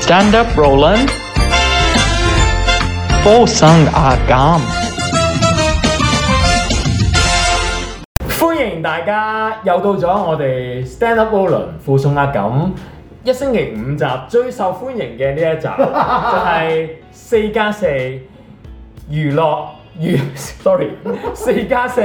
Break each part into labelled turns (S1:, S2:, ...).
S1: Stand up, Roland. Fo sung à a gam.
S2: 歡迎大家又到咗我哋 Stand Up Roland 附送壓感一星期五集最受歡迎嘅呢一集，就係四加四娛 樂娛 sorry 四加四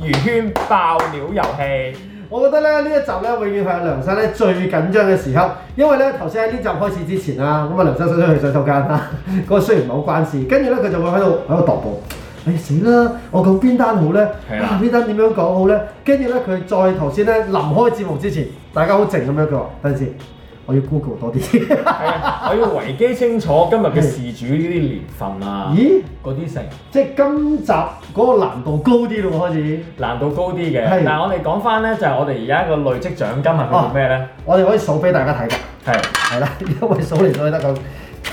S2: 娛圈爆料遊戲。
S3: 我覺得咧呢一集咧永遠係阿梁生咧最緊張嘅時刻，因為咧頭先喺呢集開始之前啦，咁啊梁生想出去洗手間啦， 嗰個雖然唔係好關事，跟住咧佢就會喺度喺度踱步。哎死啦！我講邊單好咧？
S2: 係啦
S3: 啊呢單點樣講好咧？跟住咧佢再頭先咧臨開節目之前，大家好靜咁樣佢話：等陣先，我要 Google 多啲。
S2: 係啊，我要維基清楚今日嘅事主呢啲年份啊，
S3: 咦？
S2: 嗰啲成
S3: 即係今集嗰個難度高啲咯喎，開始。
S2: 難度高啲嘅。
S3: 係
S2: 但係我哋講翻咧，就係我哋而家個累積獎金係叫咩咧？
S3: 我哋可以數俾大家睇㗎，
S2: 係
S3: 係啦， 因為數嚟數去得咁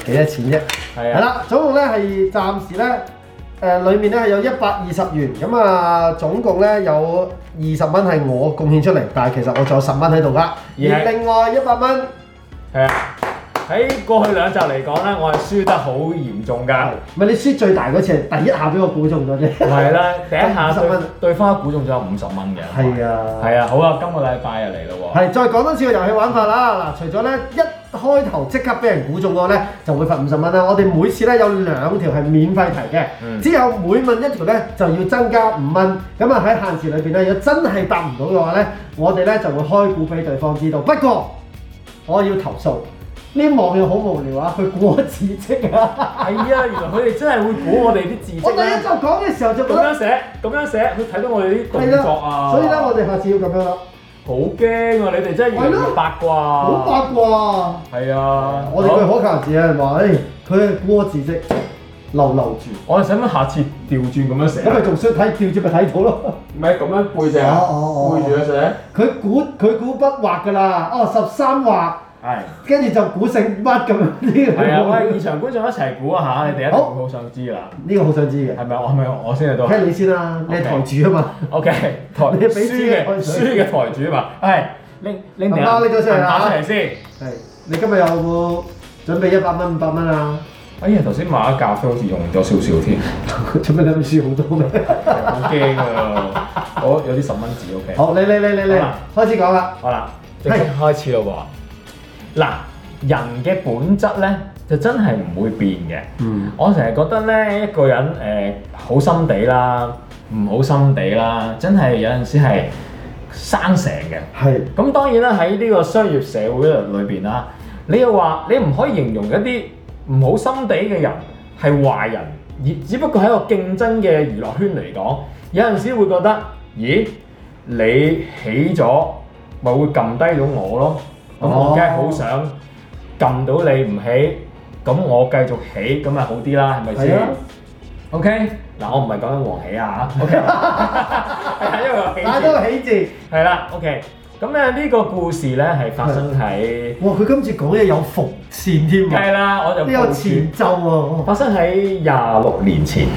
S3: 幾多錢啫。
S2: 係
S3: 係
S2: 啊，
S3: 啦，總共咧係暫時咧，誒、裏面咧係有一百二十元，咁啊總共咧有二十蚊係我貢獻出嚟，但係其實我仲有十蚊喺度噶，
S2: 而係
S3: 而另外一百蚊
S2: 係啊。喺過去兩集嚟講咧，我係輸得好嚴重㗎
S3: 係。唔係你輸最大嗰次係第一下俾我估中咗啫，
S2: 唔啊 係啊 啦，第一下
S3: 50
S2: 對
S3: 蚊
S2: 對方估中咗五十蚊嘅。
S3: 係啊
S2: 係啊，好啊，今個禮拜又嚟咯喎。
S3: 係再講多次個遊戲玩法啦，嗱除咗咧一開頭即刻俾人估中嗰個咧就會罰五十蚊啦，我哋每次咧有兩條係免費題嘅，
S2: 嗯
S3: 之後每問一條咧就要增加五蚊，咁啊喺限時裏邊咧，如果真係答唔到嘅話咧，我哋咧就會開估俾對方知道。不過我要投訴，呢網友好無聊啊，佢估我字跡啊，
S2: 係啊，原來佢哋真係會估我哋啲字
S3: 我
S2: 跡
S3: 第一集
S2: 咧。
S3: 講嘅時候就覺
S2: 咁樣
S3: 得
S2: 寫，咁樣寫，佢睇到我哋啲動作啊。
S3: 所以咧我哋下次要咁樣啦，
S2: 好驚啊！你哋真係越嚟越八卦。
S3: 好八卦。
S2: 係啊，
S3: 我哋
S2: 好
S3: 佢可靠字有人話，誒佢估我字跡留留住，
S2: 我哋使唔使下次調轉咁樣寫
S3: 咁咪
S2: 啊？
S3: 仲想睇調轉咪睇到咯。
S4: 唔係咁樣背脊啊，
S3: 哦哦哦
S4: 背住佢寫，
S3: 佢估佢估筆畫㗎啦，哦十三畫，
S2: 係。
S3: 跟住就估姓乜咁樣呢個
S2: 係 啊，喂，現場觀眾一齊估下，你哋一定會好想知啦。
S3: 呢個好想知嘅，
S2: 係咪？我係咪我先嚟到？
S3: 聽你先啦，你係台主啊嘛，
S2: O K，台
S3: 你
S2: 輸
S3: 俾
S2: 嘅
S3: 資料我
S2: 輸嘅台主嘛，係拎拎啊
S3: 阿媽拎咗出嚟啦
S2: 出嚟先。
S3: 係你今日有冇準備一百蚊五百蚊啊？
S2: 哎呀，頭先買咗咖啡好似用咗少少添，
S3: 做咩你咁輸好多咩？
S2: 好驚啊！我有啲十蚊紙 OK。
S3: 好，你你你你你
S2: 好啊
S3: 開始講啦，
S2: 好啦，即刻開始咯喎。嗱，人嘅本質咧就真係唔會變嘅。
S3: 嗯，
S2: 我成日覺得咧，一個人誒、呃好心地啦，唔好心地啦，真係有陣時係生成嘅。
S3: 係
S2: 咁當然啦，喺呢個商業社會裏邊啦，你又話你唔可以形容一啲唔好心地嘅人係壞人，而只不過喺一個競爭嘅娛樂圈嚟講，有陣時會覺得，咦，你起咗咪會撳低到我咯？咁
S3: 哦
S2: 我梗係好想撳到你唔起，咁我繼續起，咁咪好啲啦，係咪
S3: 係啊
S2: 先？OK，嗱，我唔係講緊黃喜啊，OK，係啊，因為我起
S3: 打
S2: 字
S3: 咗個喜字，
S2: 係啦，OK。咁咧呢個故事咧係發生喺
S3: 哇！佢今次講嘢有伏線添
S2: 梗係
S3: 喎，
S2: 啦，我就
S3: 嗯呢啊有
S2: 報
S3: 前
S2: 住
S3: 奏啊哦喎
S2: 發生喺廿六年前，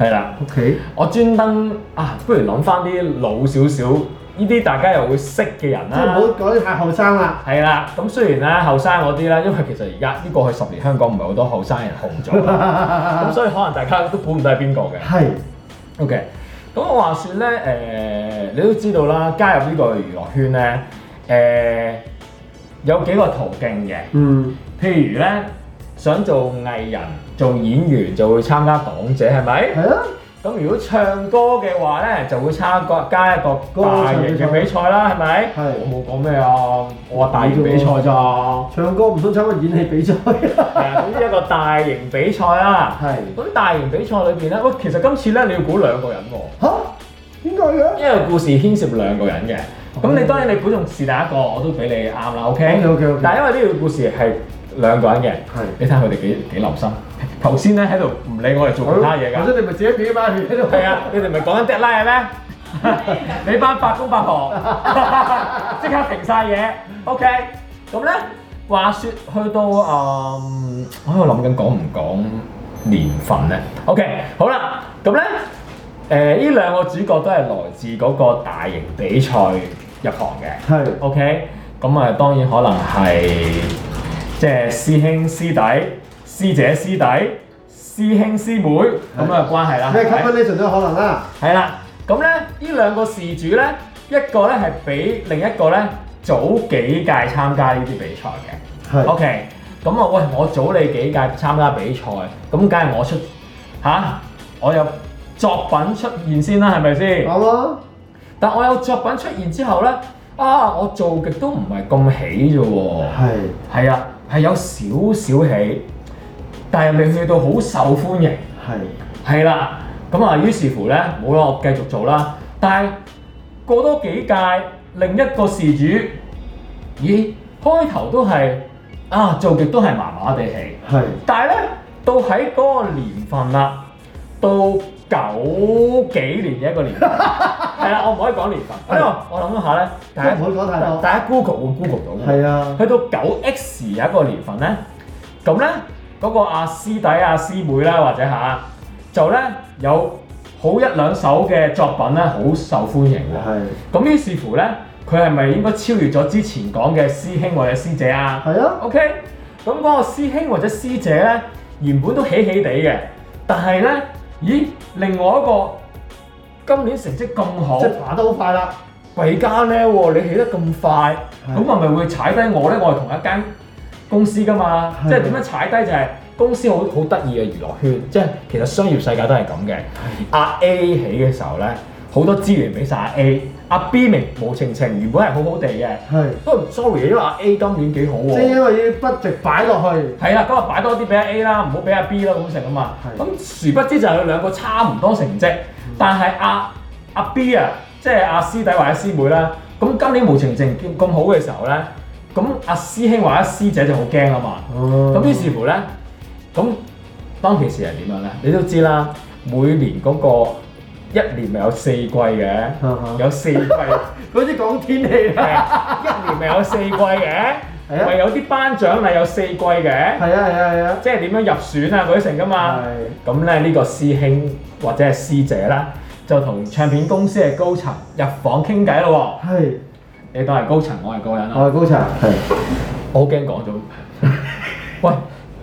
S2: 係啦。
S3: ，OK。
S2: 我專登啊，不如諗翻啲老少少，呢啲大家又會識嘅人
S3: 即係唔好
S2: 啦。
S3: 講啲太後生啦。
S2: 係啦，咁雖然啦後生嗰啲啦，因為其實而家呢過去十年香港唔係好多後生人紅咗啦，咁
S3: 係
S2: 所以可能大家都估唔到係邊個嘅。OK，咁我話説咧，誒、你都知道啦，加入呢個娛樂圈咧，誒、有幾個途徑嘅，
S3: 嗯
S2: 譬如咧，想做藝人、做演員就會參加港姐，係咪？
S3: 係啊，
S2: 咁如果唱歌嘅話咧，就會參加加一個大型嘅比賽啦，係咪？
S3: 係
S2: 我冇講咩啊，我話大型比賽咋，係
S3: 唱歌唔通參加演戲 比賽啊？
S2: 啊，總之一個大型比賽啦。
S3: 係
S2: 咁大型比賽裏邊咧，喂，其實今次咧你要估兩個人喎。
S3: 嚇？點解嘅
S2: 因為故事牽涉兩個人嘅，
S3: 哦
S2: 咁你當然你估中是但一個，我都俾你啱啦，OK？
S3: OK，OK，OK
S2: 但係因為呢個故事係兩個人嘅，
S3: 係
S2: 你睇下佢哋幾幾留心。頭先咧喺度唔理我哋做其他嘢
S3: 頭
S2: 㗎，
S3: 先你咪自己表翻喺度。
S2: 係啊，你哋咪講緊 deadline 咩？你班八公八婆 即刻停晒嘢，OK？咁咧話說去到嗯，我喺度諗緊講唔講年份咧？OK，好啦，咁咧。誒呢兩個主角都係來自嗰個大型比賽入行嘅。
S3: 係
S2: OK，咁啊當然可能係即係師兄師弟、師姐師弟、師兄師妹咁嘅關係啦。
S3: 咩
S2: 係
S3: 啊
S2: 咪
S3: combination 都有可能啦。
S2: 係啦，咁咧呢兩個事主咧，一個咧係比另一個咧早幾屆參加呢啲比賽嘅。
S3: 係
S2: OK，咁啊喂，我早你幾屆參加比賽，咁梗係我出吓、我有作品出現先啦，係咪先？
S3: 好咯，
S2: 但我有作品出現之後咧，啊，我做極都唔係咁起啫喎。
S3: 係
S2: 係啊，係有少少起，但係未去到好受歡迎。
S3: 係
S2: 係啦，咁啊，於是乎咧，冇啦，我繼續做啦。但係過多幾屆，另一個事主，咦，開頭都係啊，做極都係麻麻地起，
S3: 係
S2: 但係咧，到喺嗰個年份啦，到九幾年嘅一個年份， 係啦，我唔可以講年份，因為我諗一下咧，大家
S3: 唔好講太多
S2: 大家 Google 會 Google 到嘅。
S3: 係啊，
S2: 去到九 X 有一個年份咧，咁咧嗰個阿師弟啊師妹啦，或者嚇、就咧有好一兩首嘅作品咧，好受歡迎喎。
S3: 係
S2: 咁於是乎咧，佢係咪應該超越咗之前講嘅師兄或者師姐啊？
S3: 係啊，
S2: OK，咁嗰個師兄或者師姐咧，原本都起起地嘅，但係咧，咦，另外一個今年成績咁好
S3: 即。係爬得好快啦。
S2: 貴間咧喎，你起得咁快，
S3: 係
S2: 咁係咪會踩低我咧？我係同一間公司噶嘛，
S3: 係
S2: 即係點樣踩低就係、公司好好得意嘅娛樂圈，即係其實商業世界都係咁嘅。阿 A 起嘅時候咧，好多資源俾晒阿 A，阿 B 明無情情原本係好好地嘅，
S3: 係，
S2: 都唔 sorry，因為阿 A 今年幾好
S3: 即
S2: 喎、
S3: 係因為要不直擺落去。
S2: 係啦，咁啊擺多啲俾阿 A 啦，唔好俾阿 B 啦咁成啊嘛。
S3: 係嗯
S2: 咁殊不知就係佢兩個差唔多成績，但係阿阿 B 啊，即係阿師弟或者師妹啦，咁今年無情情咁好嘅時候咧，咁阿師兄或者師姐就好驚啊嘛。
S3: 哦
S2: 咁於是乎咧，咁當其時係點樣咧？你都知啦，每年嗰、個一年咪有四季嘅
S3: 啊哈，
S2: 有四季。
S3: 嗰啲講天氣
S2: 係
S3: 啦。
S2: 啊一年咪有四季嘅，
S3: 係啊
S2: 咪有啲頒獎禮有四季嘅。
S3: 係啊係啊係啊，
S2: 即係點樣入選啊嗰啲成噶嘛。咁咧呢個師兄或者係師姐啦，就同唱片公司嘅高層入房傾偈咯
S3: 係，
S2: 喎。你當係高層，我係個人
S3: 我
S2: 啦。
S3: 係高層，係
S2: 我好驚講咗。喂，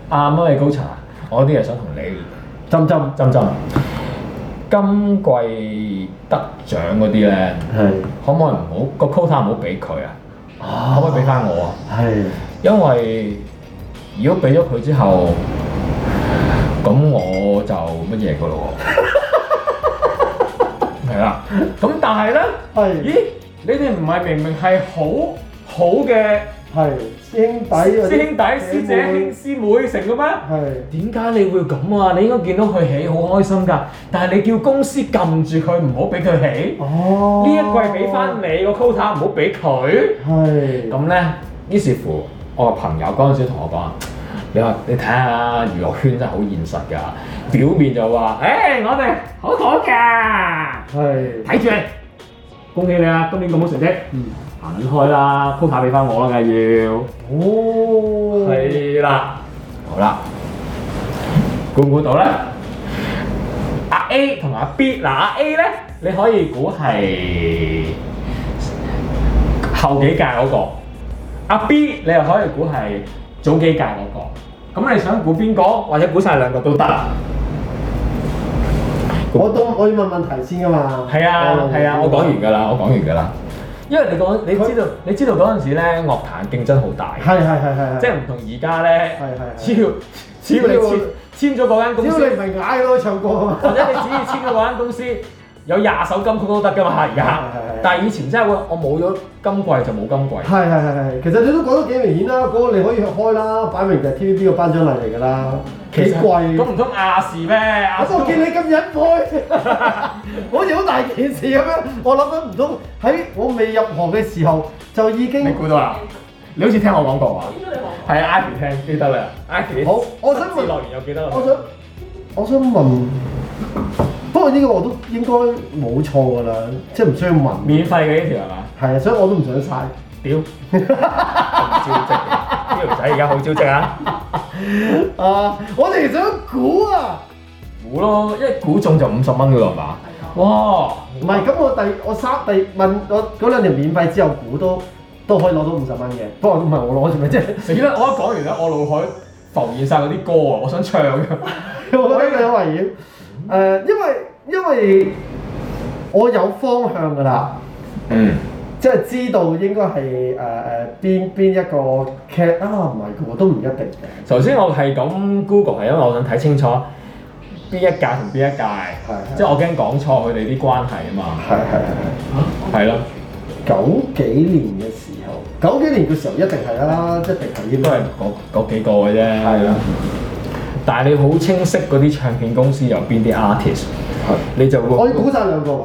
S2: 阿乜嘢高層啊？我有啲嘢想同你
S3: 浸浸
S2: 針針。今季得獎嗰啲咧，
S3: 係
S2: 可唔可以唔好個 quota 唔好俾佢啊？可唔可以俾翻我啊？
S3: 係
S2: 因為如果俾咗佢之後，咁我就乜嘢噶咯 喎？係啦，咁但係咧，
S3: 係
S2: 咦？你哋唔係明明係好好嘅
S3: 係師兄弟嗰啲
S2: 師兄弟、師姐、兄師妹成嘅咩？
S3: 係
S2: 點解你會咁啊？你應該見到佢起好開心㗎，但係你叫公司撳住佢唔好俾佢起，呢、
S3: 哦
S2: 一季俾翻你個 quota 唔好俾佢。
S3: 係
S2: 咁咧，於是乎我個朋友嗰陣時同我講：你話你睇下娛樂圈真係好現實㗎，表面就話誒、我哋好好㗎，
S3: 係
S2: 睇住你，恭喜你啊！今年咁好成績，
S3: 嗯
S2: 行緊開啦，quota 俾翻我啦，梗係要。
S3: 哦
S2: 係啦，好啦，估唔估到咧？阿 A 同阿 B，嗱阿 A 咧，你可以估係後幾屆嗰、個，阿 B 你又可以估係早幾屆嗰、個。咁你想估邊個，或者估晒兩個都得。
S3: 我都我要問問題先㗎嘛
S2: 係啊
S3: 哦
S2: 係啊，我講完㗎啦，我講完㗎啦。因為你講你知道你知道嗰陣時咧，樂壇競爭好大。
S3: 係係係係係
S2: 即係唔同而家咧
S3: 係係，係
S2: 只要只要你簽簽咗嗰間
S3: 只
S2: 公
S3: 要
S2: 司，
S3: 你唔係嗌咯唱歌啊嘛
S2: 或者你只要簽咗嗰間公司有廿首金曲都得㗎嘛而
S3: 係係
S2: 家
S3: 係係。
S2: 但係以前真係會，我冇咗今季就冇今季。
S3: 係係係係，其實你都講得幾明顯啦，嗰、個你可以開啦，擺明就係 TVB 個頒獎禮嚟㗎啦，幾
S2: 實咁
S3: 貴。
S2: 唔通亞視咩？亞視
S3: 我見你咁隱晦， 好似好大件事咁樣。我諗緊唔通喺我未入行嘅時候就已
S2: 你
S3: 經
S2: 估到啦？你好似聽我講過啊？
S4: 應該你講
S2: 係啊，Ivy 聽記得啦，Ivy
S3: 好。我想
S2: 自
S3: 問，
S2: 樂園又記得啦。
S3: 我想我想問，不過呢個我都應該冇錯㗎啦，即係唔需要問。
S2: 免費嘅呢條係嘛？
S3: 係啊，所以我都唔想嘥。
S2: 屌，咁招積嘅呢條仔而家好招積啊！
S3: 啊！我哋想估啊！
S2: 估咯，一估中就五十蚊㗎啦係啊嘛？哇！
S3: 唔係，咁我第我三第問我嗰兩條免費之後估都都可以攞到五十蚊嘅。不過唔係我攞住咪啫，
S2: 死啦！我一講完咧，我腦海浮現晒嗰啲歌啊，我想唱嘅。
S3: 我覺得佢好危險。誒、呃因為因為我有方向㗎啦。
S2: 嗯，
S3: 即係知道應該係誒誒邊邊一個劇啊，唔係嘅喎，都唔一定嘅。
S2: 頭先我係咁 Google 係因為我想睇清楚邊一屆同邊一屆，
S3: 係
S2: 即係我驚講錯佢哋啲關係啊嘛。
S3: 係係係。
S2: 係咯，
S3: 九幾年嘅時候，九幾年嘅時候一定係啦，一定係應
S2: 都
S3: 該
S2: 係嗰嗰幾個嘅啫。
S3: 係啊啦，
S2: 但係你好清晰嗰啲唱片公司有邊啲 artist，
S3: 係。
S2: 你就會
S3: 我要估晒兩個喎，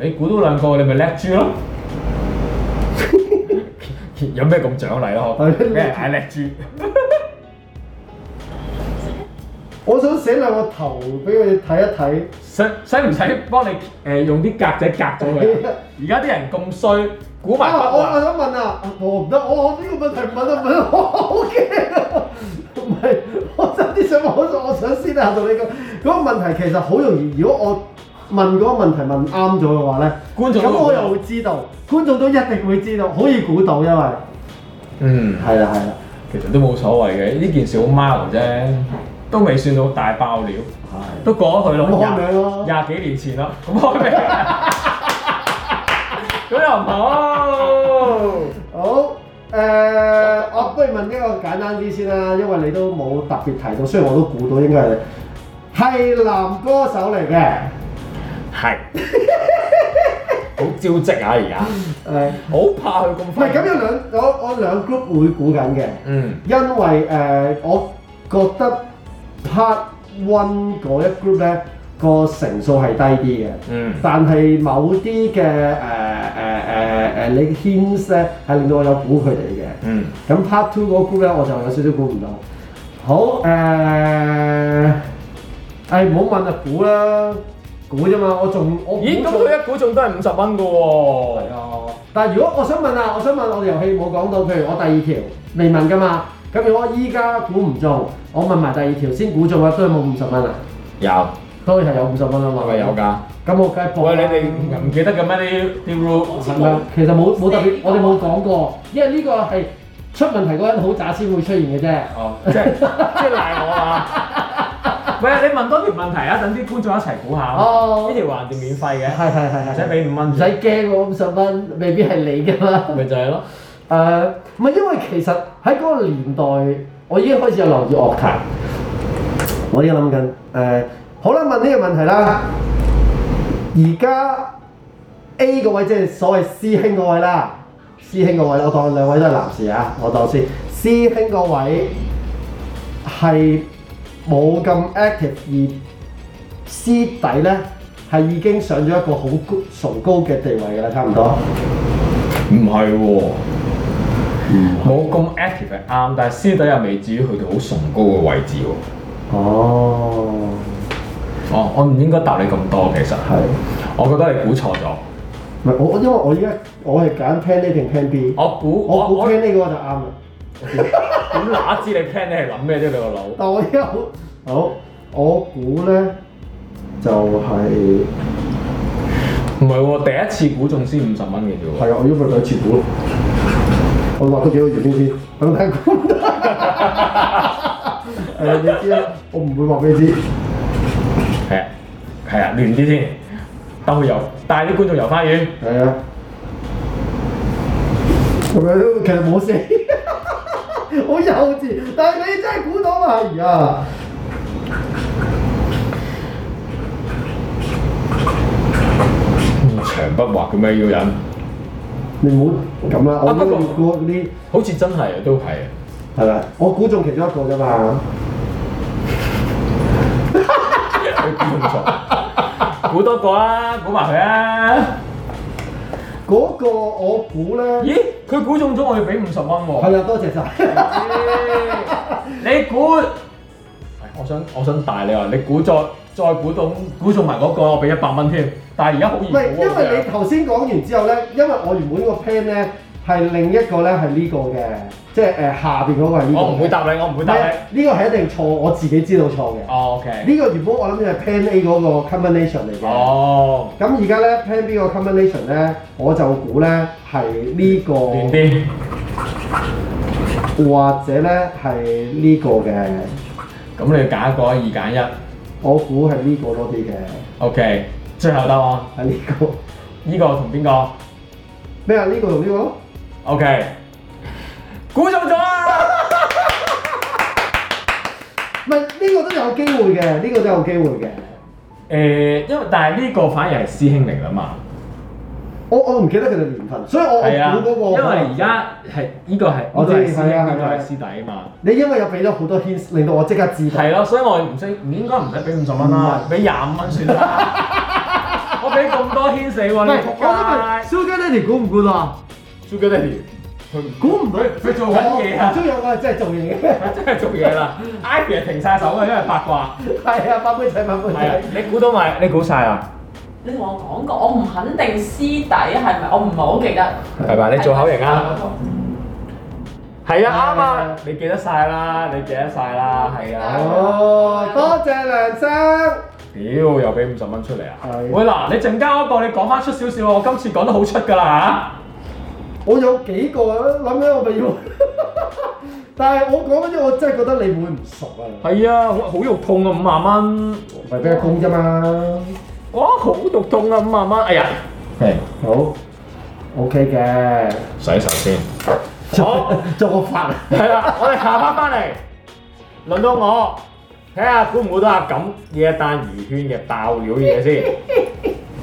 S2: 你估到兩個，你咪叻豬咯。 有咩咁獎勵咯？
S3: 係
S2: 咩人嗌叻豬？
S3: 我想寫兩個頭俾佢睇一睇。
S2: 使使唔使幫你誒、用啲格仔格咗佢？啊 而家啲人咁衰，估埋
S3: 啊！
S2: 筆
S3: 我我
S2: 畫。
S3: 想問啊，我唔得，我我呢個問題問啊問 啊，我好驚啊！唔係，我真啲想問，我想我想先啊，同你講嗰個問題其實好容易，如果我問嗰個問題問啱咗嘅話咧，
S2: 觀眾都
S3: 咁
S2: 會
S3: 我又會知道，觀眾都一定會知道，好易估到，因為係
S2: 嗯，
S3: 啦係啦，
S2: 其實都冇所謂嘅，呢件事好 mild 啫，都未算到大爆料，都過咗去
S3: 咁
S2: 咯，
S3: 開名咯
S2: 廿幾年前啦，咁開名， 咁又唔好。
S3: 好。誒、我不如問一個簡單啲先啦，因為你都冇特別提到，雖然我都估到應該係你係男歌手嚟嘅，
S2: 係，好招積啊！而家，
S3: 誒、
S2: 我好怕佢咁
S3: 唔係
S2: 快。
S3: 咁有兩，我我兩 group 會估緊嘅，
S2: 嗯
S3: 因為誒、呃我覺得 part one 嗰一 group 咧個成數係低啲嘅，
S2: 嗯
S3: 但係某啲嘅誒誒誒 à, 誒你 hints 咧係令到我有估佢哋嘅，
S2: 嗯，
S3: 咁 part two 嗰 group 咧我就有少少估唔到。好誒，à, 誒唔好問啊估啦，估啫嘛，我仲我估
S2: 咦？咁
S3: 咗
S2: 佢一估中都係五十蚊嘅喎。
S3: 係啊，但係如果我想問啊，我想問我哋遊戲冇講到，譬如我第二條未問噶嘛，咁如果我依家估唔中，我問埋第二條先估中啊，都係冇五十蚊啊，
S2: 有，
S3: 當然係有五十蚊啊嘛，
S2: 係咪有㗎？
S3: 咁我梗係報
S2: 喂，你
S3: 啦
S2: 哋唔記得嘅咩？啲啲 rule
S3: 係咪啊？其實冇冇特別，我哋冇講過，因為呢個係出問題嗰個人好渣先會出現嘅啫。
S2: 哦，即係 即係賴我啊！喂，你問多條問題啊，等啲觀眾一齊估下。
S3: 哦
S2: 呢條橫掂免費
S3: 係
S2: 嘅，
S3: 係係係，
S2: 唔使俾五蚊
S3: 唔使
S2: 啫。
S3: 驚喎，五十蚊未必係你㗎嘛。
S2: 咪就係咯。
S3: 誒，呃唔係因為其實喺嗰個年代，我已經開始有留意樂壇。我已經諗緊誒，好啦，問呢個問題啦。而家 A 個位即係所謂師兄個位啦，師兄個位，我當兩位都係男士啊，我當先。師兄個位係冇咁 active，而師弟咧係已經上咗一個好高崇高嘅地位㗎啦，差唔多。
S2: 唔係喎，冇咁 active 係啱，但係師弟又未至於去到好崇高嘅位置喎。
S3: 哦，
S2: 哦，我唔應該答你咁多，其實
S3: 係。
S2: 我覺得你估錯咗。
S3: 唔係我，因為我依家我係揀 plan A 定 plan B，
S2: 我估
S3: 我估
S2: 我
S3: plan A 嗰個就啱啦。
S2: 點哪知你 plan 你係諗咩啫？你個腦
S3: 但我依家好好，我估咧就係
S2: 唔係喎，第一次估中先五十蚊嘅啫喎。
S3: 係啊，我要咪兩次估咯。我畫咗幾個圓圈先，等睇估唔得。誒，你知啦，我唔會話俾你知。
S2: 係啊，係啊，亂啲先，等佢遊，帶啲觀眾遊花園。
S3: 係啊，咁樣都其實冇死，好幼稚。但係你真係估到啊！係啊，
S2: 長不畫嘅咩要人？
S3: 你唔好咁啦，我
S2: 啊不過
S3: 都要估嗰啲。
S2: 好似真係啊，都係啊。
S3: 係咪？我估中其中一個啫
S2: 啊
S3: 嘛。
S2: 你估唔 錯，估多個啊，估埋佢啊！
S3: 嗰個我估咧，
S2: 咦，佢估中咗，我要俾五十蚊喎。
S3: 係啊，多謝晒。
S2: 你估？哎我想我想大你啊！你估再再估中估中埋嗰個，我 俾一百蚊添。但係而家好易啊
S3: 唔係，因
S2: 估
S3: 為
S2: 喎
S3: 你頭先講完之後咧，因為我原本個 plan 咧係另一個咧係呢個嘅，即係誒下邊嗰個係呢個
S2: 我
S3: 嘅。
S2: 唔會答你，我唔會
S3: 唔
S2: 答
S3: 係
S2: 你。
S3: 呢個係一定錯，我自己知道錯嘅。
S2: 哦，OK。
S3: 呢個原本我諗住係 Plan A 嗰個 combination 嚟嘅。
S2: 哦，
S3: 咁而家咧 Plan B 個 combination 咧，我就估咧係呢
S2: 亂
S3: 個，
S2: 啲。
S3: 或者咧係呢個嘅，
S2: 咁你要揀一個，二揀一。
S3: 我估係呢個多啲嘅，
S2: OK，最後答案，
S3: 係呢個
S2: 呢個同邊個
S3: 咩啊？呢個同呢個咯，
S2: ？OK，估 中咗啊！
S3: 唔係呢個都有機會嘅，呢個都有機會嘅。
S2: 誒、因為但係呢個反而係師兄嚟啦嘛，
S3: 我我唔記得佢哋年份，所以我我
S2: 係啊，
S3: 估嗰個
S2: 因為而家係呢個係呢個係師兄，
S3: 我知係啊
S2: 呢個
S3: 係啊
S2: 係師弟啊嘛，
S3: 你因為有俾咗好多 hints，令到我即刻知道。
S2: 係啊咯，所以我唔需唔應該唔使俾五十蚊啦，俾廿五蚊算 啦。我俾咁多牽死喎，
S3: 唔
S2: 你
S3: 係，我
S2: 仆街！
S3: 想問 Sugar Daddy 估唔估到啊？
S2: Sugar Daddy，佢
S3: 估唔到，
S2: 佢做緊嘢啊
S3: 我中意有個係真係做嘢嘅，
S2: 佢真係做嘢啦，Ivy 係停晒手啊，因為八 卦。
S3: 係啊，八杯仔，八杯
S2: 係啊
S3: 仔，，
S2: 你估到咪？你估晒啊啦。
S4: 你同我講過，我唔肯定師弟係咪，我唔係好記得。
S2: 係嘛？你做口型 啊？係啊，啱啊
S3: 啊！
S2: 你記得晒啦，你記得晒啦，係啊！
S3: 哦，多謝梁生。
S2: 屌，又俾五十蚊出嚟啊！
S3: 係
S2: 喂嗱，你陣間嗰個你講翻出少少喎，我今次講得好出㗎啦
S3: 我有幾個啊諗緊我咪要， 但係我講嗰啲我真係覺得你會唔熟啊，
S2: 嚇！係啊，好好肉痛啊，五萬蚊！
S3: 咪俾佢供啫嘛。
S2: 哇，好肉痛啊，五萬蚊！哎呀，係
S3: 好，OK 嘅，
S2: 洗手先。好，
S3: 做個法啊。
S2: 係啦，我哋下班翻嚟，輪到我睇下估唔估到阿錦呢一單魚圈嘅爆料嘢先。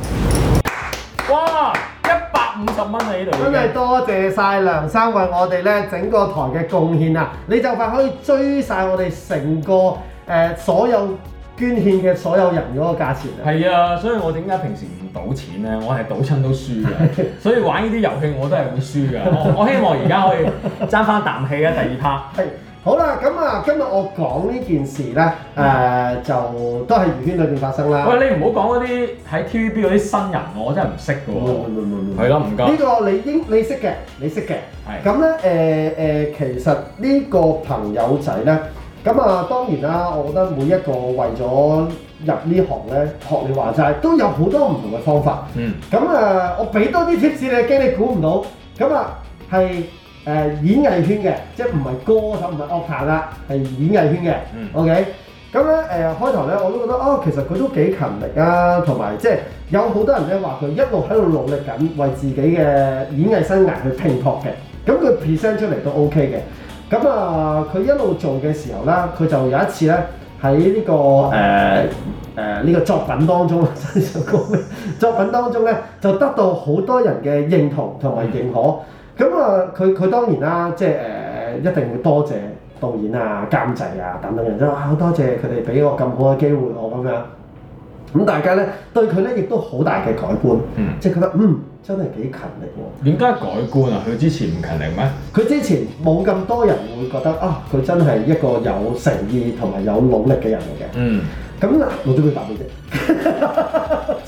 S2: 哇！一百五十蚊啊喺呢度已經，
S3: 真係多謝晒梁生為我哋咧整個台嘅貢獻啊！你就快可以追晒我哋成個誒、呃所有捐獻嘅所有人嗰個價錢啊！
S2: 係啊，所以我點解平時唔賭錢咧？我係賭親都輸 嘅，所以玩呢啲遊戲我都係會輸嘅。我我希望而家可以爭翻啖氣啊！第二 part
S3: 係好啦，咁啊，今日我講呢件事咧，誒、就都係娛圈裏邊發生啦。
S2: 喂，你唔好講嗰啲喺 TVB 嗰啲新人，我真係唔識嘅喎。係啦，唔該。
S3: 呢個你應你識嘅，你識嘅
S2: 係。
S3: 咁咧誒誒，其實呢個朋友仔咧，咁啊當然啦，我覺得每一個為咗入呢行咧，學你話齋都有好多唔同嘅方法。
S2: 嗯，
S3: 咁啊，我俾多啲 tips 你，驚你估唔到。咁啊，係誒演藝圈嘅，即係唔係歌手，唔係樂壇啦，係演藝圈嘅。
S2: 嗯
S3: OK，咁咧誒開頭咧我都覺得哦，其實佢都幾勤力啊，同埋即係有好多人咧話佢一路喺度努力緊，為自己嘅演藝生涯去拼搏嘅。咁佢 present 出嚟都 OK 嘅。咁啊，佢一路做嘅時候啦，佢就有一次咧喺呢個誒誒呢個作品當 中，真係想講咩作品當中咧就得到好多人嘅認同同埋認可。咁啊，佢佢當然啦，即係誒、一定會多謝導演啊、監製啊等等人都話啊好多謝佢哋俾我咁好嘅機會我咁樣。咁大家咧對佢咧亦都好大嘅改觀，
S2: 嗯
S3: 即係覺得嗯真係幾勤力
S2: 點
S3: 喎、
S2: 解改觀啊？佢之前唔勤力咩？
S3: 佢之前冇咁多人會覺得啊，佢真係一個有誠意同埋有努力嘅人嚟嘅。
S2: 嗯，
S3: 咁嗱我都會答你啫。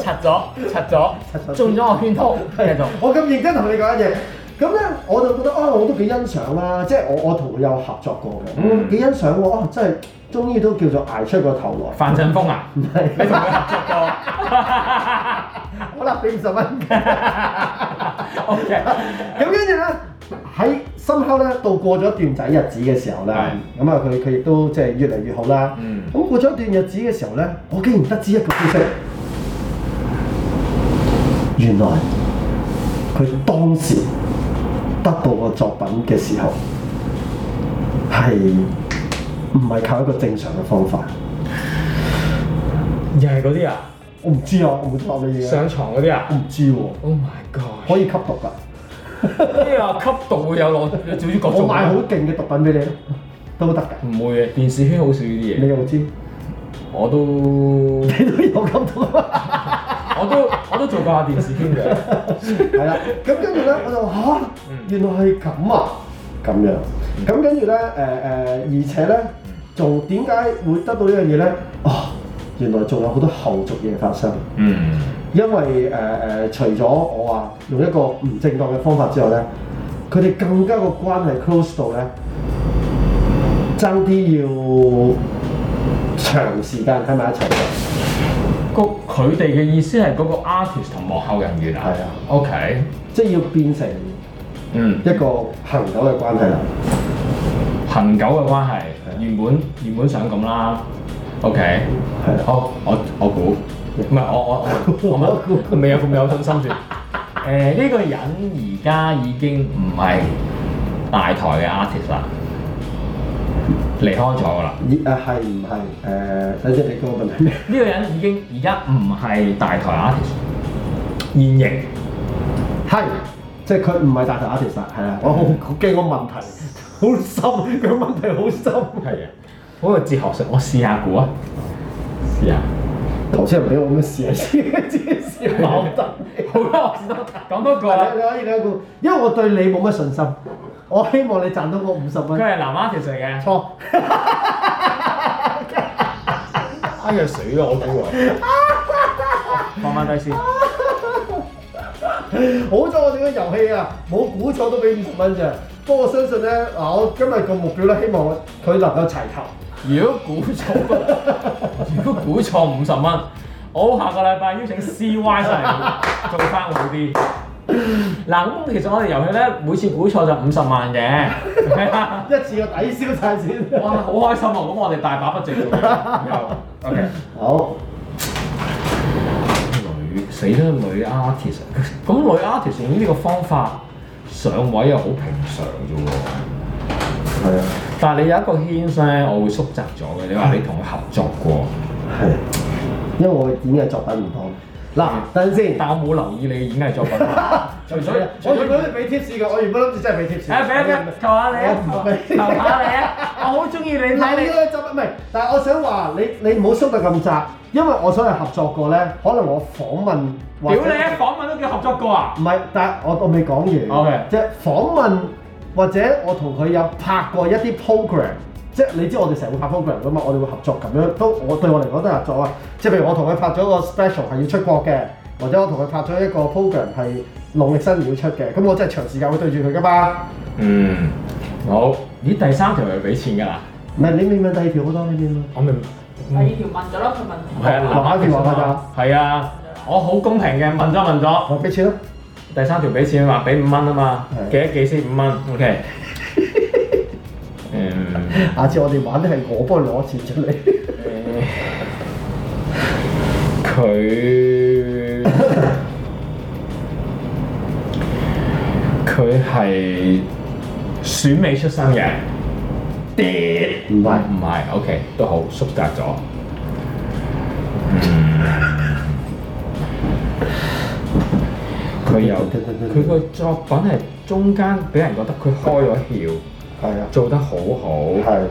S2: 拆咗，拆咗
S3: 拆，咗
S2: 中咗我圈套，繼續。
S3: 我咁認真同你講一嘢，咁咧我就覺得啊，我都幾欣賞啦，即係我我同佢有合作過嘅，
S2: 嗯
S3: 咁幾欣賞喎，啊真係終於都叫做捱出個頭來。
S2: 范振峰啊，
S3: 唔
S2: 你
S3: 係
S2: 同佢合作過。
S3: 好啦，俾五十蚊。
S2: OK
S3: 咁跟住咧，喺深刻咧，度過咗一段仔日子嘅時候啦，咁啊佢佢亦都即係越嚟越好啦。
S2: 嗯
S3: 咁、過咗一段日子嘅時候咧，我竟然得知一個消息，原來佢當時得到個作品嘅時候係唔係靠一個正常嘅方法？
S2: 又係嗰啲啊，
S3: 我唔知啊，我冇答你嘢啊，
S2: 上床嗰啲啊
S3: 我唔知喎、
S2: ，Oh my god！
S3: 可以吸毒㗎。
S2: 呢啊個吸毒會有攞，至於各
S3: 我
S2: 種
S3: 買好勁嘅毒品俾你都得㗎。
S2: 唔會嘅，電視圈好少呢啲
S3: 你
S2: 嘢，
S3: 又知？
S2: 我都
S3: 你都有啊咁多。
S2: 我都我都做過下電視圈嘅，
S3: 係啦，咁跟住咧，我就嗯吓、原來係咁啊，咁樣。咁跟住咧，誒、呃、誒，而且咧，仲點解會得到呢樣嘢咧？哦，原來仲有好多後續嘢發生。
S2: 嗯，
S3: 因為誒誒、呃除咗我話用一個唔正當嘅方法之後咧，佢哋更加個關係 close 到咧，爭啲要長時間喺埋一齊嘅。
S2: 個佢哋嘅意思係嗰個 artist 同幕後人員啊。
S3: 係啊
S2: OK，
S3: 即係要變成
S2: 嗯，
S3: 一個恒久嘅關係啦。
S2: 恒久嘅關係
S3: 係啊，
S2: 原本原本想咁啦。OK，
S3: 係啊
S2: 好，哦我我估，唔係 我我我我未有咁有信 心住。誒、呢、個人而家已經唔係大台嘅 artist 啦，離開咗噶啦。
S3: 而誒啊係唔係誒？等陣你個問題咩？
S2: 呢個人已經而家唔係大台 artist，現役
S3: 係，即係佢唔係大頭 artist 啦，係啊啦。我好好驚個問題好深，佢問題好深。
S2: 係啊，好有哲學性，我試下估啊，試下。
S3: 頭先唔俾我啊咁樣試下先，先試矛盾。
S2: 好啊啦，我試多講多個啦
S3: 你。可以兩個，因為我對你冇乜信心，我希望你賺到我五十
S2: 佢
S3: 蚊。
S2: 係男 artist 嚟嘅。
S3: 錯，
S2: 哎呀死啦！我估啊，放翻低先。
S3: 好在我哋嘅遊戲啊，冇估錯都俾五十蚊啫。不過我相信咧，嗱，我今日個目標咧，希望佢能夠齊頭。
S2: 如果估錯， 如果估錯五十蚊，我下個禮拜邀請 C Y 上嚟做翻好啲。嗱，咁其實我哋遊戲咧，每次估錯就五十萬嘅。
S3: 一次過抵消晒先。
S2: 哇，好開心啊！咁我哋大把不值做嘅。以後 OK。
S3: 好，
S2: 女死啦女 artist，咁啊女 artist 用呢個方法上位又好平常啫喎。
S3: 係啊，
S2: 但係你有一個 hint 咧，我會縮窄咗嘅。你話你同佢合作過，
S3: 係，因為我演嘅作品唔同。嗱，等陣先。
S2: 但我冇留意你嘅演藝作品。 除咗除
S3: 我原
S2: 咗
S3: 本都俾 tips 嘅，我原本諗住真係俾 tips。
S2: 誒，俾一俾，求下你啊
S3: 我唔，
S2: 求
S3: 俾
S2: 下你啊！我好中意你，
S3: 你
S2: 睇你
S3: 呢個執唔係，但係我想話你你唔好縮得咁窄，因為我所謂合作過咧，可能我訪問或者
S2: 屌你啊！訪問都叫合作過啊！
S3: 唔係，但係我我未講完
S2: OK
S3: 即係訪問或者我同佢有拍過一啲 program，即係你知我哋成日會拍 program 噶嘛，我哋會合作咁樣，都我對我嚟講都係合作啊。即係譬如我同佢拍咗個 special 係要出國嘅，或者我同佢拍咗一個 program 係農曆新年要出嘅，咁我真係長時間會對住佢噶嘛。
S2: 嗯，好。咦，第三條係俾錢㗎啦？
S3: 唔係你明唔明第二條好多呢邊啊？
S2: 我明。
S4: 第二條問咗啦，佢問題
S2: 係啊，
S3: 麻煩啲麻煩啲
S2: 係啊，我好公平嘅，問咗問咗。
S3: 我俾錢咯。
S2: 第三條俾錢話俾五蚊啊嘛，
S3: 係
S2: 記一記先五蚊，OK。嗯，
S3: 下次我哋玩咧係我幫你攞錢出嚟。
S2: 佢佢係選美出生嘅， 跌
S3: 唔係
S2: 唔係 OK 都好縮窄咗。嗯，佢有佢個作品係中間俾人覺得佢開咗竅，
S3: 係啊，
S2: 做得好好。
S3: 係。啊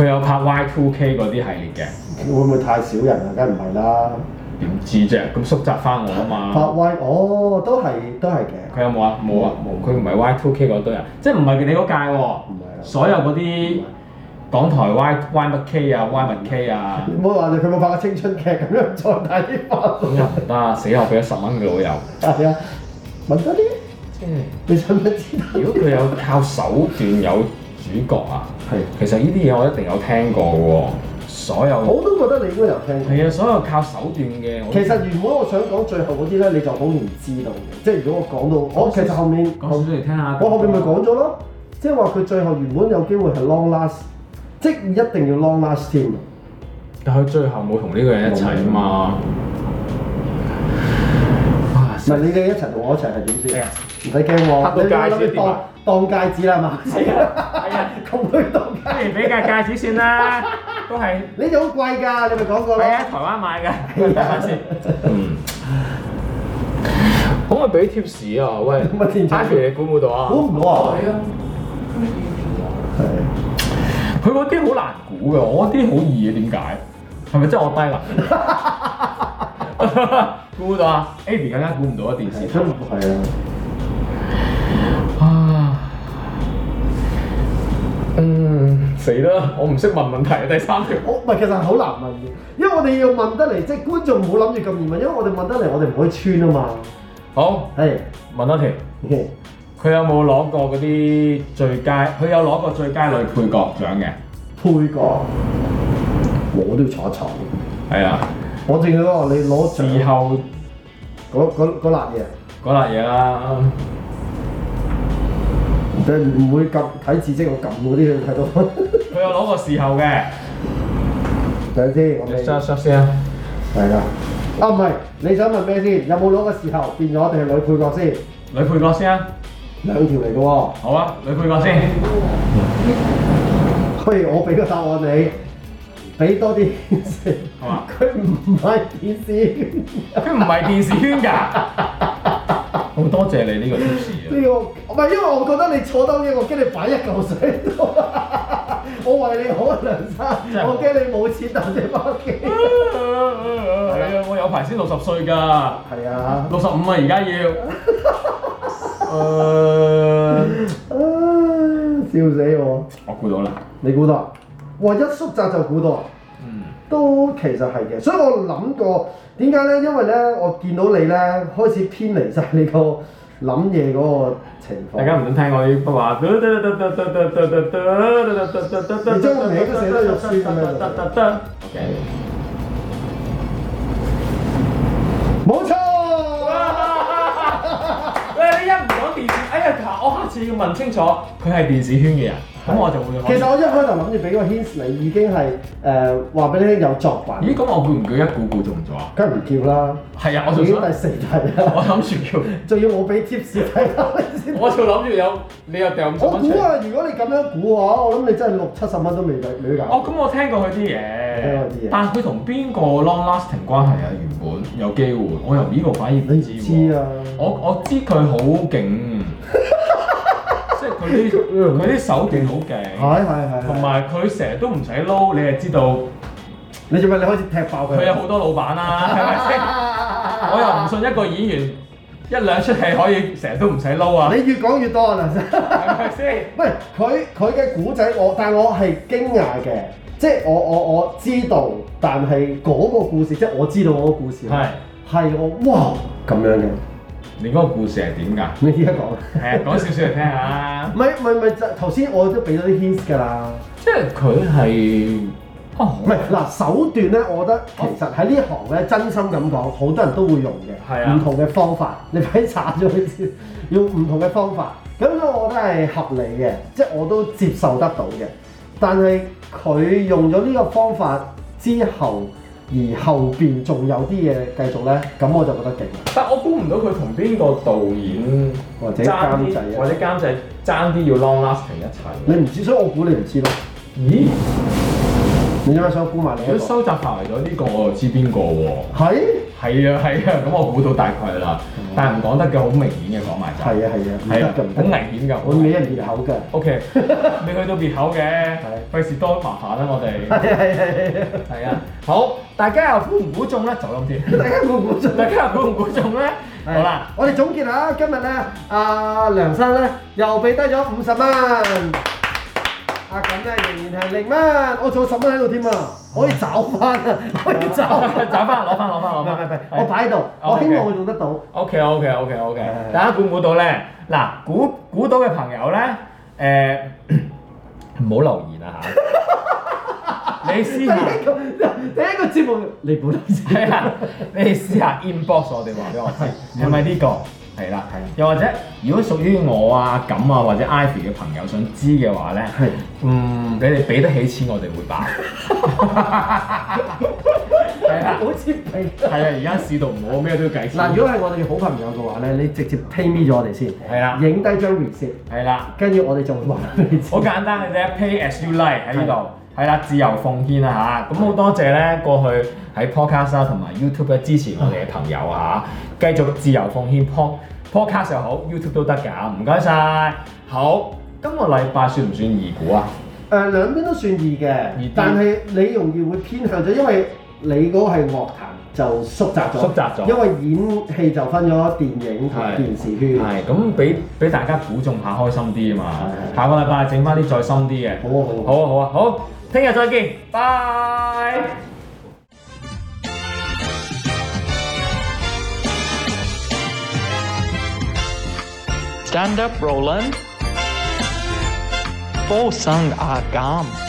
S2: 佢有拍 Y Two K 嗰啲系列嘅，
S3: 會唔會太少人啊？梗係唔係啦。
S2: 點知啫？咁縮窄翻我啊
S3: 發
S2: 嘛。
S3: 威哦，都係都係嘅。
S2: 佢有冇啊？冇啊，冇。佢唔係 Y Two K 嗰堆啊，即係唔係你嗰屆喎
S3: 嗯係啊。
S2: 所有嗰啲港台 Y Y 乜 K 啊，Y 乜 K 啊，
S3: 唔好話佢冇拍過青春劇咁樣再睇
S2: 咁
S3: 翻。
S2: 又唔得，啊死我俾咗十蚊嘅老友。
S3: 係啊，問多啲，
S2: 即係
S3: 你想唔想知道？
S2: 如果佢有靠手段有主角啊，
S3: 係
S2: 其實呢啲嘢我一定有聽過喎。所有
S3: 我都覺得你應該有聽過。
S2: 係啊，所有靠手段嘅，我
S3: 其實原本我想講最後嗰啲咧，你就好唔知道嘅。即係如果我講到，我哦其實後面
S2: 講少少嚟聽下。
S3: 我後面咪講咗咯，即係話佢最後原本有機會係 long last，即係一定要 long last 添。
S2: 但佢最後冇同呢個人一齊啊嘛。哇！
S3: 唔係你哋一齊同我一齊係點
S2: 係啊
S3: 先？唔使驚喎，
S2: 黑到戒指
S3: 你你諗住
S2: 點啊
S3: 當當戒指啦係嘛？
S2: 係啊
S3: 哎
S2: 係啊，
S3: 咁去當
S2: 不
S3: 戒
S2: 如俾架戒指算啦，都係
S3: 你就好貴㗎，你咪講過
S2: 係啊，
S3: 啦。
S2: 台灣買嘅，睇下先。嗯。可唔可以俾 tips 啊？喂
S3: 乜 tips 啊
S2: ，Ivy 你估唔估到啊？
S3: 估唔到啊！
S4: 係啊，
S3: 係
S2: 佢嗰啲好難估嘅，我嗰啲好易嘅，點解？係咪真係我 低能？估唔到啊！Ivy 更加估唔到啊！電視
S3: 真係啊！
S2: 啊，嗯，死啦！我唔識問問題啊，第三條。
S3: 我唔係其實係好難問嘅，因為我哋要問得嚟，即係觀眾唔好諗住咁易問，因為我哋問得嚟，我哋唔可以穿啊嘛。
S2: 好，
S3: 係
S2: 問多條，佢有冇攞過嗰啲最佳？佢有攞過最佳女配角獎嘅，
S3: 配角，我都要坐一坐。
S2: 係啊，
S3: 我仲要話你攞獎
S2: 事後
S3: 嗰嗰嗰辣嘢，
S2: 嗰辣嘢啦。
S3: 你唔會撳睇字跡，我撳嗰啲你睇到。
S2: 佢有攞過事後嘅，
S3: 等陣先，我
S2: 你
S3: 未
S2: search search 先啊。
S3: 係啦。啊唔係，你想問咩先？有冇攞個時候變咗定係女配角先？
S2: 女配角先啊，
S3: 兩條嚟嘅喎。
S2: 好啊，女配角先。
S3: 不如我俾個答案你，俾多啲顯示。
S2: 好啊
S3: 佢唔係顯示。
S2: 佢唔係電視圈㗎。好多謝你呢個 tips 啊！
S3: 呢個唔係因為我覺得你坐得呢，我驚你擺一嚿水喺度。我為你好啊，梁
S2: 真係
S3: 生，我驚你冇錢搭車翻屋企。
S2: 係啊，我有排先六十歲㗎，
S3: 係啊。
S2: 六十五啊，而家 要。誒，
S3: 啊！笑死我！
S2: 我估到啦。
S3: 你估到？哇！一縮窄就估到，
S2: 嗯，
S3: 都其實係嘅。所以我諗過點解咧？因為咧，我見到你咧開始偏離晒你個諗嘢嗰個情況。
S2: 大家唔准聽我呢筆話。你
S3: 將個名都寫得肉酸咁樣
S2: OK。
S3: 冇錯。
S2: 喂，你一唔講電視，哎呀，我下次要問清楚，佢係電視圈嘅人，咁我就會。
S3: 其實我一開頭諗住俾個 hint 你，已經係誒話俾你聽有作品，
S2: 咦，咁我會唔會一估估中咗啊？
S3: 梗係唔叫啦。
S2: 係啊，我仲
S3: 已經
S2: 想
S3: 第，四題
S2: 我
S3: 啦，
S2: 諗住
S3: 仲要我俾 tips 睇下你先
S2: 叫，。我就諗住有你又掉五十
S3: 我
S2: 蚊出
S3: 估
S2: 嚟。
S3: 啊，如果你咁樣估嘅話，我諗你真係六七十蚊都未未搞。
S2: 哦，咁我聽過佢啲
S3: 聽過佢啲
S2: 嘢
S3: 嘢，
S2: 但係佢同邊個 long lasting 關係啊？原本有機會，我由呢個反而唔
S3: 你
S2: 知
S3: 知
S2: 喎。
S3: 啊？
S2: 我我知佢好 勁，即係佢啲佢啲手段好勁，
S3: 係係係。
S2: 同埋佢成日都唔使撈，你係知道
S3: 你做咩？你開始踢爆佢。
S2: 佢有好多老闆啦， 係咪先？我又唔信一個演員一兩出戲可以成日都唔使撈啊，
S3: 你越講越多啦。
S2: 係咪先？
S3: 喂，佢佢嘅古仔我，但我係驚訝嘅，即係我我我知道，但係嗰個故事，即係我知道嗰個故事
S2: 係
S3: 係我哇咁樣嘅，
S2: 你嗰個故事係點㗎？
S3: 你依家講。
S2: 係啊，講少少嚟聽下
S3: 唔。係唔係唔係，就頭先我都俾咗啲 hints 㗎啦。
S2: 即係佢係哦，
S3: 唔係嗱，手段咧，我覺得其實喺呢行咧，真心咁講，好多人都會用
S2: 係啊
S3: 嘅，
S2: 嗯
S3: 唔同嘅方法，你快啲查咗佢先，用唔同嘅方法，咁所以我覺得係合理嘅，即係我都接受得到嘅。但係佢用咗呢個方法之後，而後邊仲有啲嘢繼續咧，咁我就覺得勁啦，
S2: 但我估唔到佢同邊個導演
S3: 或者
S2: 爭啲
S3: 監製
S2: 或
S3: 啊，
S2: 者監製爭啲要 long lasting 一
S3: 你
S2: 齊。
S3: 唔知，所以我估你唔知咯。
S2: 咦？
S3: 你有咩想估埋你
S2: 如果
S3: 一個？
S2: 收集範圍咗呢個，我就知邊個喎？
S3: 係
S2: 係啊係啊，咁我估到大概啦，但係唔講得嘅，好明顯嘅講埋就
S3: 係啊嗯係啊，唔
S2: 係啊，
S3: 得㗎唔
S2: 好危
S3: 得㗎，
S2: 險㗎。
S3: 我尾人裂口㗎。
S2: O K，你去到別口嘅，費事多麻煩啦，我 哋
S3: 係係係係。
S2: 係啊。好，大家又估唔估中咧？就咁先。
S3: 大家估唔估中？
S2: 大家又估唔估中咧？好啦，，
S3: 我哋總結下今日咧，阿、梁生咧又俾低咗五十蚊，阿錦咧仍然係零蚊，我仲有十蚊喺度添啊，可以找翻 啊，可以
S2: 找
S3: 找
S2: 翻
S3: 返。
S2: 攞翻攞翻攞
S3: 唔係唔係唔係
S2: 翻，，
S3: 我擺喺度，
S2: 哦
S3: 我希望
S2: OK
S3: 我用得到。
S2: O K O K O K O
S3: 係
S2: K，大家估唔估到咧？嗱，估估到嘅朋友咧，誒、 唔好留言啊 嚇！你
S3: 第
S2: 試
S3: 一
S2: 下，
S3: 個第一個節目，你本身
S2: 係啊，你試下 inbox 我哋話俾我
S3: 嗯
S2: 知，係咪呢個？係啦，又或者如果屬於我啊咁啊或者 Ivy 嘅朋友想知嘅話咧，
S3: 係
S2: 嗯，你哋俾得起錢，我哋會 擺。係啊啦，
S3: 好似俾。
S2: 係啊，而家市道唔好，咩都要計錢。
S3: 嗱，如果係我哋嘅好朋友嘅話咧，你直接 pay me 咗我哋先，
S2: 係啊啦
S3: 影低張 receipt，
S2: 係啦。
S3: 跟住我哋就會話俾你知
S2: 好。簡單嘅啫，pay as you like 喺呢度，係啦，自由奉獻啊嚇，咁好多謝咧過去喺 podcast 啊啦同埋 YouTube 咧支持我哋嘅朋友啊嚇，繼續自由奉獻 pod podcast 又好，YouTube 都得㗎，唔該晒。好，今個禮拜算唔算二股啊？
S3: 誒、兩邊都算易嘅
S2: 易啲，
S3: 但係你容易會偏向咗，因為你嗰個係樂壇就縮窄咗，
S2: 縮窄咗
S3: 因為演戲就分咗電影同
S2: 係
S3: 電視圈，
S2: 係，咁俾俾大家估中下開心啲啊嘛，
S3: 係
S2: 下個禮拜整翻啲再深啲嘅。
S3: 好啊好啊
S2: 好啊好啊，好，聽日再見，拜。
S1: Stand up, Roland. Posang agam.